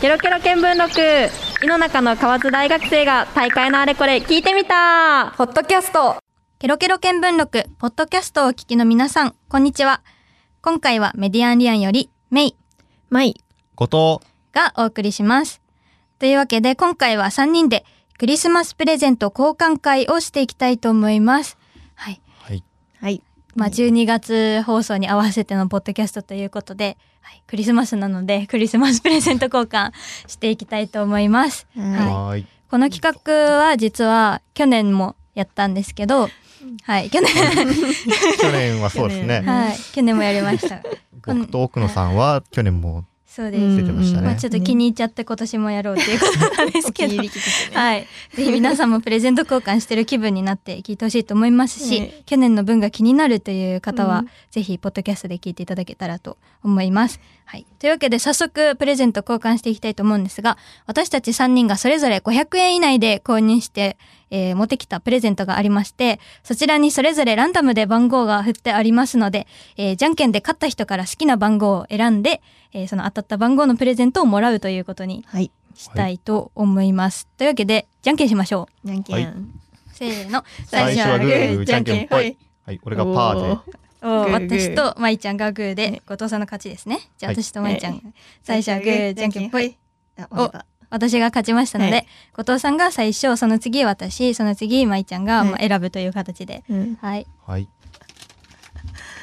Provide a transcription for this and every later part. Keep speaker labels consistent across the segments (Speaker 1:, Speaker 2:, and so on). Speaker 1: ケロケロ見聞録井の中の河津大学生が大会のあれこれ聞いてみた
Speaker 2: ポッドキャスト
Speaker 3: ケロケロ見聞録、ポッドキャストをお聞きの皆さん、こんにちは。今回はメディアンリアンより、メイ
Speaker 1: まい
Speaker 4: 後藤
Speaker 3: がお送りします。というわけで、今回は3人で、クリスマスプレゼント交換会をしていきたいと思います。はい。
Speaker 4: はい
Speaker 1: はい
Speaker 3: まあ、12月放送に合わせてのポッドキャストということで、はい、クリスマスなので、クリスマスプレゼント交換していきたいと思います。はい
Speaker 4: はい
Speaker 3: この企画は実は去年もやったんですけど、はい、去年、
Speaker 4: 去年はそうですね
Speaker 3: はい、去年もやりました。
Speaker 4: 僕と奥野さんは去年も
Speaker 3: そうです。
Speaker 4: 出てました
Speaker 1: うん
Speaker 3: まあ
Speaker 4: ね
Speaker 3: ちょっと気に入っちゃって今年もやろうっていうことなんですけど、はい、ぜひ皆さんもプレゼント交換してる気分になって聞いてほしいと思いますし、
Speaker 1: ね
Speaker 3: 去年の分が気になるという方は、
Speaker 1: うん
Speaker 3: ぜひポッドキャストで聞いていただけたらと思います。はい、というわけで早速プレゼント交換していきたいと思うんですが私たち3人がそれぞれ500円以内で購入して、えー持ってきたプレゼントがありましてそちらにそれぞれランダムで番号が振ってありますので、えーじゃんけんで勝った人から好きな番号を選んで、えーその当たった番号のプレゼントをもらうということに
Speaker 2: はい
Speaker 3: したいと思います。というわけで、じゃんけんしましょ
Speaker 2: じゃんけん、
Speaker 4: はい
Speaker 3: うん。せーの。
Speaker 4: 最初はグーじゃんけんぽ
Speaker 2: じゃん
Speaker 4: いはい俺がパーで
Speaker 3: おー
Speaker 2: グーグー
Speaker 3: 私とまいちゃんがグーで、後藤さんの勝ちですね。じゃあ
Speaker 4: はい
Speaker 3: 私とまいちゃん、最初はグーじゃんけんぽい。
Speaker 2: あわかっ
Speaker 3: 私が勝ちましたので、
Speaker 2: はい
Speaker 3: 後藤さんが最初、その次私、その次まいちゃんが
Speaker 2: はい
Speaker 3: まあ選ぶという形で。
Speaker 2: たうん
Speaker 3: はい。
Speaker 4: はい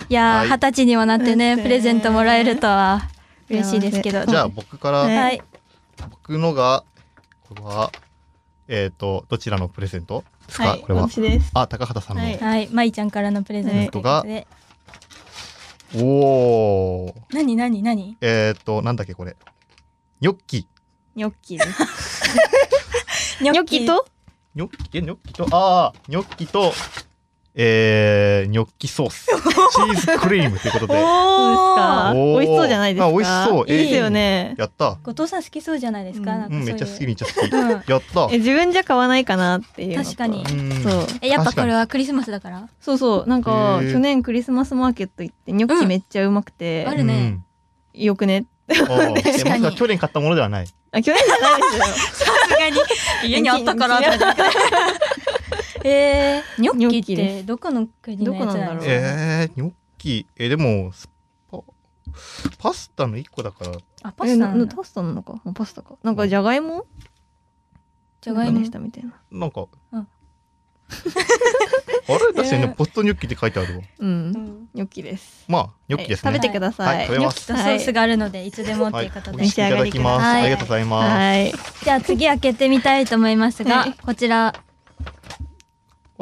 Speaker 3: いやー、
Speaker 4: はい
Speaker 3: 二十歳にもなってね、
Speaker 2: だってね
Speaker 3: プレゼントもらえるとは嬉しいですけど。
Speaker 4: じゃあ僕から
Speaker 2: ね
Speaker 3: はい。
Speaker 4: 僕のがこれはえっとどちらのプレゼントです
Speaker 2: は
Speaker 4: か
Speaker 2: い
Speaker 4: これは
Speaker 2: 私です
Speaker 4: あ高畑さんの
Speaker 2: はい
Speaker 3: はい。まいちゃんからのプレゼントということで。
Speaker 4: おお
Speaker 3: 何何何
Speaker 4: えっとなんだっけこれニョッキ
Speaker 2: ニョッキです
Speaker 3: ニ
Speaker 2: ニョッキと
Speaker 4: ニョッキえニョッキとああニョッキとえー、ニョッキソー スチーズクリームということ
Speaker 2: お
Speaker 4: で
Speaker 2: ー
Speaker 4: おー
Speaker 2: 美味しそうじゃないですか
Speaker 4: あ美味しそう
Speaker 2: いいですよね
Speaker 4: やった
Speaker 3: 後藤さん好きそうじゃないですか、
Speaker 2: うん
Speaker 3: なんか
Speaker 4: う、
Speaker 3: そういうん
Speaker 4: めっちゃ好きめっちゃ好き、
Speaker 3: うん
Speaker 4: やった
Speaker 2: え自分じゃ買わないかなっていうのと
Speaker 3: 確かに
Speaker 4: うん
Speaker 2: そう
Speaker 3: えやっぱこれ
Speaker 4: は
Speaker 3: はクリスマスだから
Speaker 2: そうそうなんか
Speaker 4: へー
Speaker 2: 去年クリスマスマーケット行ってニョッキめっちゃうまくて、
Speaker 3: あるね、
Speaker 2: よくね
Speaker 4: うん、あー
Speaker 3: 確
Speaker 4: え
Speaker 3: かに
Speaker 4: また去年買ったものではない
Speaker 2: あ去年じゃないです
Speaker 3: さ
Speaker 2: よ
Speaker 3: すがに 家にあったからとかじゃなくてえー、ニョッキっ
Speaker 2: ニョッキで
Speaker 3: てどこの国のやつ
Speaker 2: どこなんだろう
Speaker 4: えー、ニョッキえでもスパパスタの一個だから
Speaker 3: あパスタな
Speaker 2: え
Speaker 3: ん
Speaker 2: な
Speaker 3: だ
Speaker 2: パスタなのかパスタかなんかじゃがいも
Speaker 3: じゃがいも
Speaker 2: でしたみたいな
Speaker 4: なんか、
Speaker 3: うん
Speaker 4: あれだし
Speaker 3: え
Speaker 4: ね
Speaker 3: ー
Speaker 4: ポットニョッキって書いてあるわ
Speaker 2: うん
Speaker 3: うん
Speaker 2: ニョッキです
Speaker 4: まあニョッキですね、
Speaker 2: はい食べてください、
Speaker 4: はい食べ
Speaker 3: ニ
Speaker 4: ま
Speaker 3: ョ
Speaker 4: す
Speaker 3: ッキとソースがあるのでいつでもって
Speaker 4: は
Speaker 3: い
Speaker 4: い
Speaker 3: う方
Speaker 4: お
Speaker 3: で、
Speaker 4: いしくいただきます、
Speaker 3: はい
Speaker 4: ありがとうございます、
Speaker 2: はい。
Speaker 3: じゃあ次開けてみたいと思いますが、
Speaker 2: はい
Speaker 3: こちら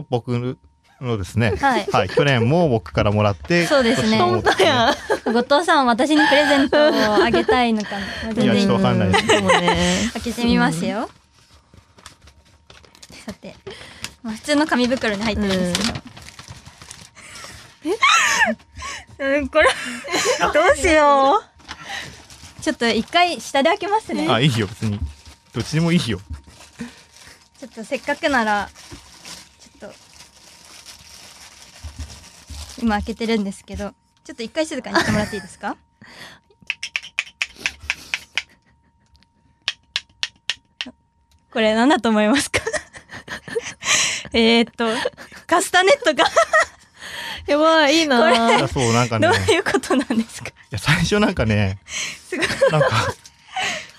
Speaker 4: 僕のですね
Speaker 3: はい
Speaker 4: はい去年も僕からもらって
Speaker 3: そうですね
Speaker 4: 今年も僕からね
Speaker 3: 後藤さんは私にプレゼントをあげたいのかなまあ
Speaker 4: いやちょっとわかんないです
Speaker 2: でもね。
Speaker 3: 開けてみますよ、さて、まあ、普通の紙袋に入ってるんですけど、えうんこれどうしようちょっと一回下で開けますね
Speaker 4: あいいよ別にどっちでもい いよ
Speaker 3: ちょっとせっかくならちょっと今開けてるんですけどちょっと一回静かにしてもらっていいです かこれ何だと思いますか えーっとカスタネットが
Speaker 2: やばい、いいな。
Speaker 4: いやそうなんかね
Speaker 3: ど
Speaker 4: いう
Speaker 3: いうことなんですか
Speaker 4: や最初なんかね
Speaker 3: すごい
Speaker 4: なんか、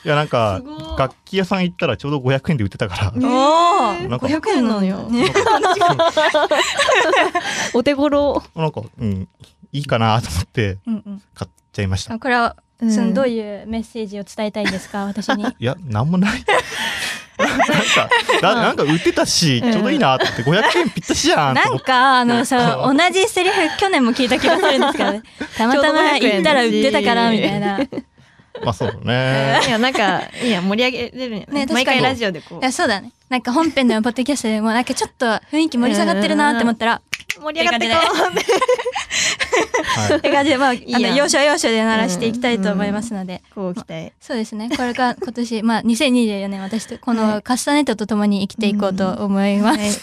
Speaker 4: いやなんか
Speaker 2: すごい、
Speaker 4: 楽器屋さん行ったらちょうど500円で売ってたから、
Speaker 3: おー
Speaker 4: なんか
Speaker 2: 500円なのよ。
Speaker 3: ね
Speaker 2: お手頃。
Speaker 4: なんか、うん、いいかなと思って
Speaker 3: うんうん
Speaker 4: 買っちゃいまし た。
Speaker 3: あこれは、
Speaker 2: うん
Speaker 3: そのどういうメッセージを伝えたいんですか私に
Speaker 4: いや、なん もない。なんか、だなんか売ってたし、
Speaker 2: うん
Speaker 4: ちょうどいいなと思って、500円ぴったしじゃんと
Speaker 3: な
Speaker 4: 思
Speaker 3: ん
Speaker 4: って。
Speaker 3: かあのさ同じセリフ去年も聞いた気がするんですけど、ね、たまたま行ったら売ってたからみたい な。い
Speaker 4: まあそうだね。
Speaker 2: いや、なんか、いや、盛り上げれるん
Speaker 3: ね
Speaker 2: やね。
Speaker 3: 確
Speaker 2: 毎
Speaker 3: かに
Speaker 2: 回ラジオでこう。
Speaker 3: やそうだね。なんか本編のポッドキャストでもなんかちょっと雰囲気盛り下がってるなって思ったら、
Speaker 2: 盛り上がってこうね。
Speaker 4: はい
Speaker 3: って感じでまああ
Speaker 2: い
Speaker 3: の
Speaker 2: やん
Speaker 3: 要所要所で鳴らしていきたいと思いますので、
Speaker 2: こう期待。
Speaker 3: そうですね。これが 今年まあ2024年私とこのカスタネットとともに生きていこうと思います。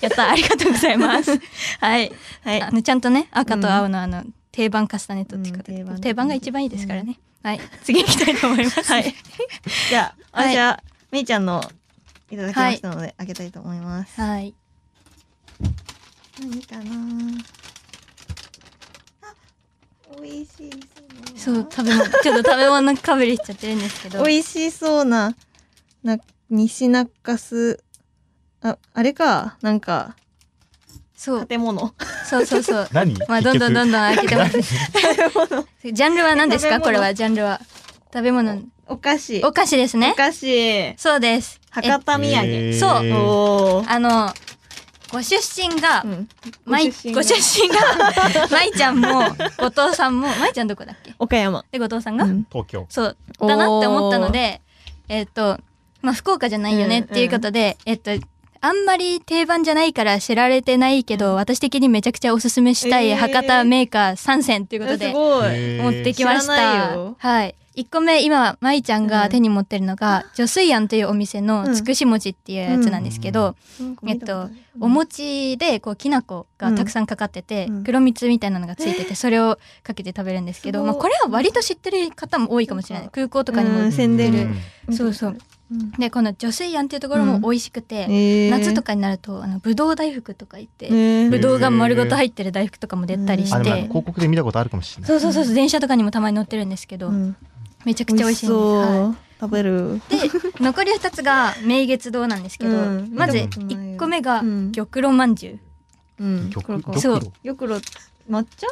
Speaker 3: やったありがとうございます。はい。
Speaker 2: はい。
Speaker 3: あのちゃんとね赤と青のあの定番カスタネットっていうことで、
Speaker 2: うん定番
Speaker 3: 定番が一番いいですからね、はい。次行きたいと思います。
Speaker 2: はい。じゃ あ、
Speaker 3: はい
Speaker 2: 私は、みーちゃんのいただきましたので、あげたいと思います。
Speaker 3: はい。
Speaker 2: 何かなあ、美味し
Speaker 3: そ
Speaker 2: そう
Speaker 3: う、食べ物、ちょっと食べ物かぶりしちゃってるんですけ
Speaker 2: な。
Speaker 3: ど。
Speaker 2: 美味しそうな、な、西中洲、あ、あれか、なんか、
Speaker 3: そう、
Speaker 2: 建物。
Speaker 3: そうそうそう。
Speaker 4: 何
Speaker 3: まあ、どんどんどん
Speaker 4: ん
Speaker 3: どん開けてます。ジャンルは何ですか
Speaker 2: 食べ物
Speaker 3: これは、ジャンルは。食べ物。
Speaker 2: お菓子。
Speaker 3: お菓子です
Speaker 2: お
Speaker 3: ね。
Speaker 2: 菓子。
Speaker 3: そうです。え
Speaker 2: 博多土産。
Speaker 3: そう
Speaker 2: おー。
Speaker 3: あの、ご出身が、
Speaker 2: うん
Speaker 3: まい、ご
Speaker 2: ご
Speaker 3: 出
Speaker 2: 出
Speaker 3: 身 が、まいちゃんも、後藤さんも、まいちゃんどこだっけ
Speaker 2: 岡山。
Speaker 3: で、後藤さんが、
Speaker 2: うん
Speaker 4: 東京
Speaker 3: そう、だなって思ったので、えっ、と、まあ、福岡じゃないよね
Speaker 2: う
Speaker 3: っ
Speaker 2: ん
Speaker 3: ていうことで、えっと、あんまり定番じゃないから知られてないけど、私的にめちゃくちゃおすすめしたい
Speaker 2: えー
Speaker 3: 博多メーカー3選ということ
Speaker 2: えす
Speaker 3: で、
Speaker 2: ごい。
Speaker 4: へー
Speaker 3: 持ってきまし
Speaker 2: 知らな
Speaker 3: た
Speaker 2: いよ。
Speaker 3: はい。1個目、今、舞ちゃんが手に持ってるのが、女水庵というお店のつくし餅っていうやつなんですけど、えっと、お餅でこうきな粉がたくさんかかってて、
Speaker 2: うん
Speaker 3: 黒蜜みたいなのがついててそれをかけて食べるんですけど、
Speaker 2: すごい
Speaker 3: まあ、これは割と知ってる方も多いかもしれない
Speaker 2: なん
Speaker 3: 空港とかにも、
Speaker 2: うん宣伝
Speaker 3: るそうそうでこの女水庵っていうところも美味しくて、夏と
Speaker 2: か
Speaker 3: かになるとあのぶどう大福とか言って、ぶ
Speaker 2: ぶ
Speaker 3: どうが丸ごと入ってる大福とかも出たり
Speaker 4: あ
Speaker 3: して、
Speaker 4: でもなんか広告で見たことあるかもしれない
Speaker 3: そうそうそうそう電車とかにもたまに乗ってるんですけど、めちゃくちゃ美味しいんです、は
Speaker 2: そう食べる
Speaker 3: いで残り2つが明月堂なんですけど、
Speaker 2: うん
Speaker 3: まず
Speaker 4: 見た
Speaker 2: ことないよ
Speaker 3: 1個目が
Speaker 2: うん
Speaker 3: 玉露まんじゅう、
Speaker 2: うん
Speaker 4: 玉
Speaker 2: 玉
Speaker 4: 玉
Speaker 3: そう
Speaker 4: 露
Speaker 2: よくろ抹茶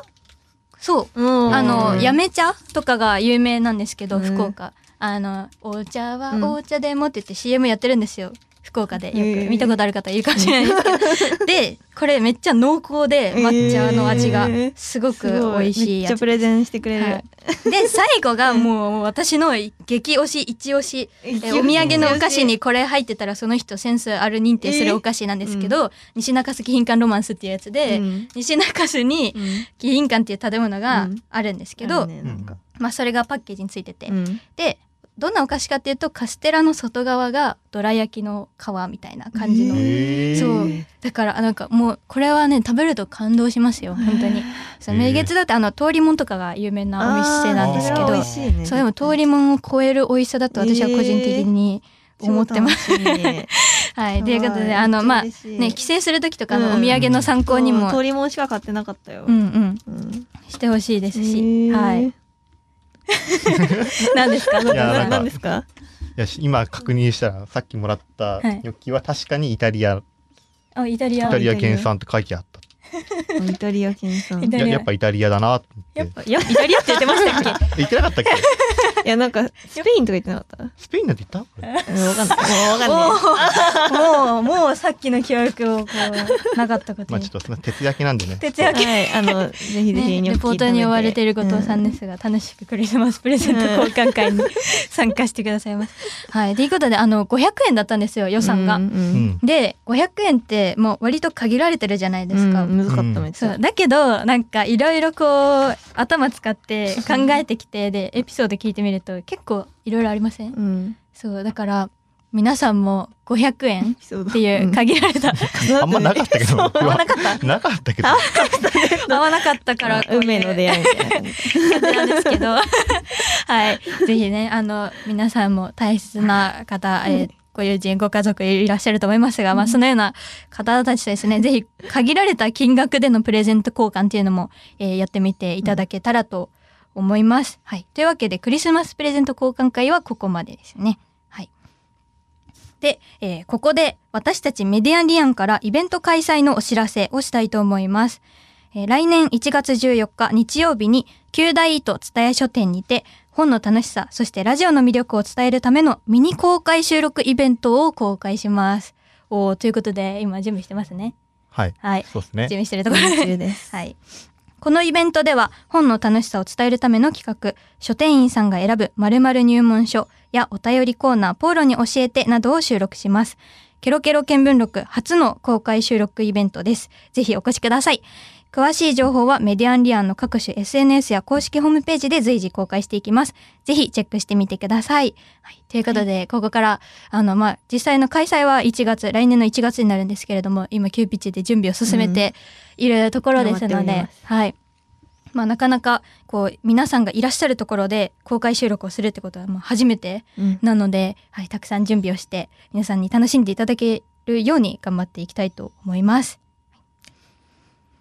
Speaker 3: そう
Speaker 2: うん
Speaker 3: あの、
Speaker 4: うん
Speaker 3: やめ茶とかが有名なんですけど、
Speaker 2: うん
Speaker 3: 福岡。あの、お茶は
Speaker 2: うん
Speaker 3: お茶でもって言って CM やってるんですよ。福岡でよ
Speaker 2: へ
Speaker 3: く
Speaker 2: ー
Speaker 3: 見たことある方いるかもしれないです けど。で、これめっちゃ濃厚で、抹茶の味が
Speaker 2: へー
Speaker 3: すご
Speaker 2: す
Speaker 3: く
Speaker 2: ご
Speaker 3: 美味しい
Speaker 2: めっち
Speaker 3: や
Speaker 2: ゃ
Speaker 3: つ。
Speaker 2: プレゼンしてくれる、
Speaker 3: はい、で、最後がもう私の激推し、一押し。
Speaker 2: え
Speaker 3: えお土産のお菓子にこれ入ってたらその人センスある認定するお菓子なんですけど、西中洲貴賓館ロマンスっていうやつで、
Speaker 2: うん
Speaker 3: 西中洲に
Speaker 2: うん
Speaker 3: 貴賓館っていう建物が
Speaker 2: うん
Speaker 3: あるんですけ
Speaker 2: あ
Speaker 3: ど、
Speaker 2: るねなんか
Speaker 3: まあ、それがパッケージについてて、
Speaker 2: うん
Speaker 3: でどんなお菓子かっていうとカステラの外側がどら焼きの皮みたいな感じの、
Speaker 2: へ
Speaker 4: へー
Speaker 3: そうだからあなんかもうこれはね食べると感動しますよ本当にそう
Speaker 4: へー
Speaker 3: 明月だってあの通りもんとかが有名なお店なんですけ
Speaker 2: あーそれは美
Speaker 3: ど
Speaker 2: 味しいね
Speaker 3: そうでも通りもんを超える美味しさだと私は個人的に思ってます、
Speaker 2: 超楽しみ
Speaker 3: はいということ
Speaker 2: すご
Speaker 3: で
Speaker 2: い
Speaker 3: あのまあ
Speaker 2: め
Speaker 3: ね
Speaker 2: っちゃ嬉しい
Speaker 3: 帰省する時とかの
Speaker 2: う
Speaker 3: お
Speaker 2: ん
Speaker 3: 土産の参考にも、
Speaker 2: そう通りもんしか買ってなかったよ、
Speaker 3: うんうん
Speaker 2: うん
Speaker 3: してほしいですし、
Speaker 2: へー
Speaker 3: はい何ですか
Speaker 4: いや
Speaker 2: な
Speaker 4: なんん
Speaker 2: か
Speaker 4: か
Speaker 2: 何です
Speaker 4: い
Speaker 2: か
Speaker 4: やし今確認したらさっきもらった
Speaker 3: はい
Speaker 4: ニョッキは確かにイタリア、
Speaker 3: あイタリ
Speaker 4: イ
Speaker 3: ア
Speaker 4: タリア原産って書いてあった
Speaker 2: イタリア県産
Speaker 3: イタ
Speaker 2: い
Speaker 3: リア
Speaker 4: いややっぱイタリアだなって
Speaker 3: やっぱいやイタリアって言ってましたっけ
Speaker 4: え言ってな かったっけ
Speaker 2: やなんかスペインとか言ってなかった
Speaker 4: スペインなんて言ったこれ
Speaker 2: うんわかんない。もうわかん ない。
Speaker 3: もう、もうさっきの記憶をこう、なかったこと
Speaker 4: まあちょっとそんな徹夜系なんでね
Speaker 3: 徹夜
Speaker 2: はい、あの、ぜひぜひ、
Speaker 3: ね、レポートに追われている後藤さん
Speaker 2: ね。
Speaker 3: ですが、楽しくクリスマスプレゼント交換会に参加してくださいます。はい。ということで、あの、500円だったんですよ、予算が。
Speaker 2: うん
Speaker 4: う。ん
Speaker 3: で、500円ってもう割と限られてるじゃないですか。
Speaker 2: うん難かっためっち
Speaker 3: そう
Speaker 2: ゃ。
Speaker 3: だけどなんかいろいろこう頭使って考えてきてでエピソード聞いてみると結構いろいろありません
Speaker 2: うん。
Speaker 3: そうだから皆さんも500円
Speaker 2: エピソード
Speaker 3: っていう限られた
Speaker 4: あんまなかったけど
Speaker 2: そう
Speaker 4: う わ
Speaker 3: なかった
Speaker 4: なかったけど
Speaker 3: 合わなかったからこういう
Speaker 2: 運命の出会いみたいな感じ。
Speaker 3: 感じなんですけど はいぜひねあの皆さんも大切な方、えーご友人ご家族いらっしゃると思いますが、まあ、そのような方たちとです ねぜひ限られた金額でのプレゼント交換っていうのも、えーやってみていただけたらと思います。はい、というわけでクリスマスプレゼント交換会はここまでですね。はいで、えーここで私たちメディアリアンからイベント開催のお知らせをしたいと思います。えー来年1月14日日曜日に九大糸伝え書店にて本の楽しさ、そしてラジオの魅力を伝えるためのミニ公開収録イベントを公開します。おーということで今準備してますね。
Speaker 4: はい
Speaker 3: はい。
Speaker 4: そうですね
Speaker 3: 準備してるところです。
Speaker 2: 中 です。
Speaker 3: はい。このイベントでは本の楽しさを伝えるための企画、書店員さんが選ぶ〇〇入門書やお便りコーナー、ポーロに教えてなどを収録します。ケロケロ見聞録初の公開収録イベントです。ぜひお越しください。詳しい情報はメディアンリアンの各種 SNS や公式ホームページで随時公開していきます。ぜひチェックしてみてください。はい、ということで、ここから、あの、まあ、実際の開催は1月、来年の1月になるんですけれども、今、急ピッチで準備を進めているところですの
Speaker 2: 頑張っており
Speaker 3: で
Speaker 2: ます、
Speaker 3: はい。まあ、なかなかこう皆さんがいらっしゃるところで公開収録をするってことはまあ初めて
Speaker 2: うん
Speaker 3: なので、はい、たくさん準備をして皆さんに楽しんでいただけるように頑張っていきたいと思います。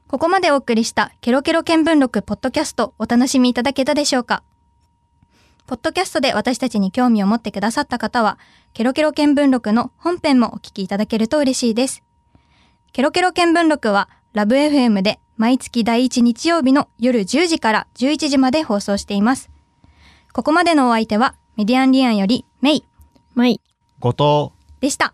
Speaker 3: ここまでお送りしたケロケロ見聞録ポッドキャストお楽しみいただけたでしょうかポッドキャストで私たちに興味を持ってくださった方は、ケロケロ見聞録の本編もお聞きいただけると嬉しいです。ケロケロ見聞録は、ラブ FM で毎月第1日曜日の夜10時から11時まで放送しています。ここまでのお相手は、メディアンリアンよりメイ
Speaker 2: まあいい
Speaker 4: 後藤
Speaker 3: でした。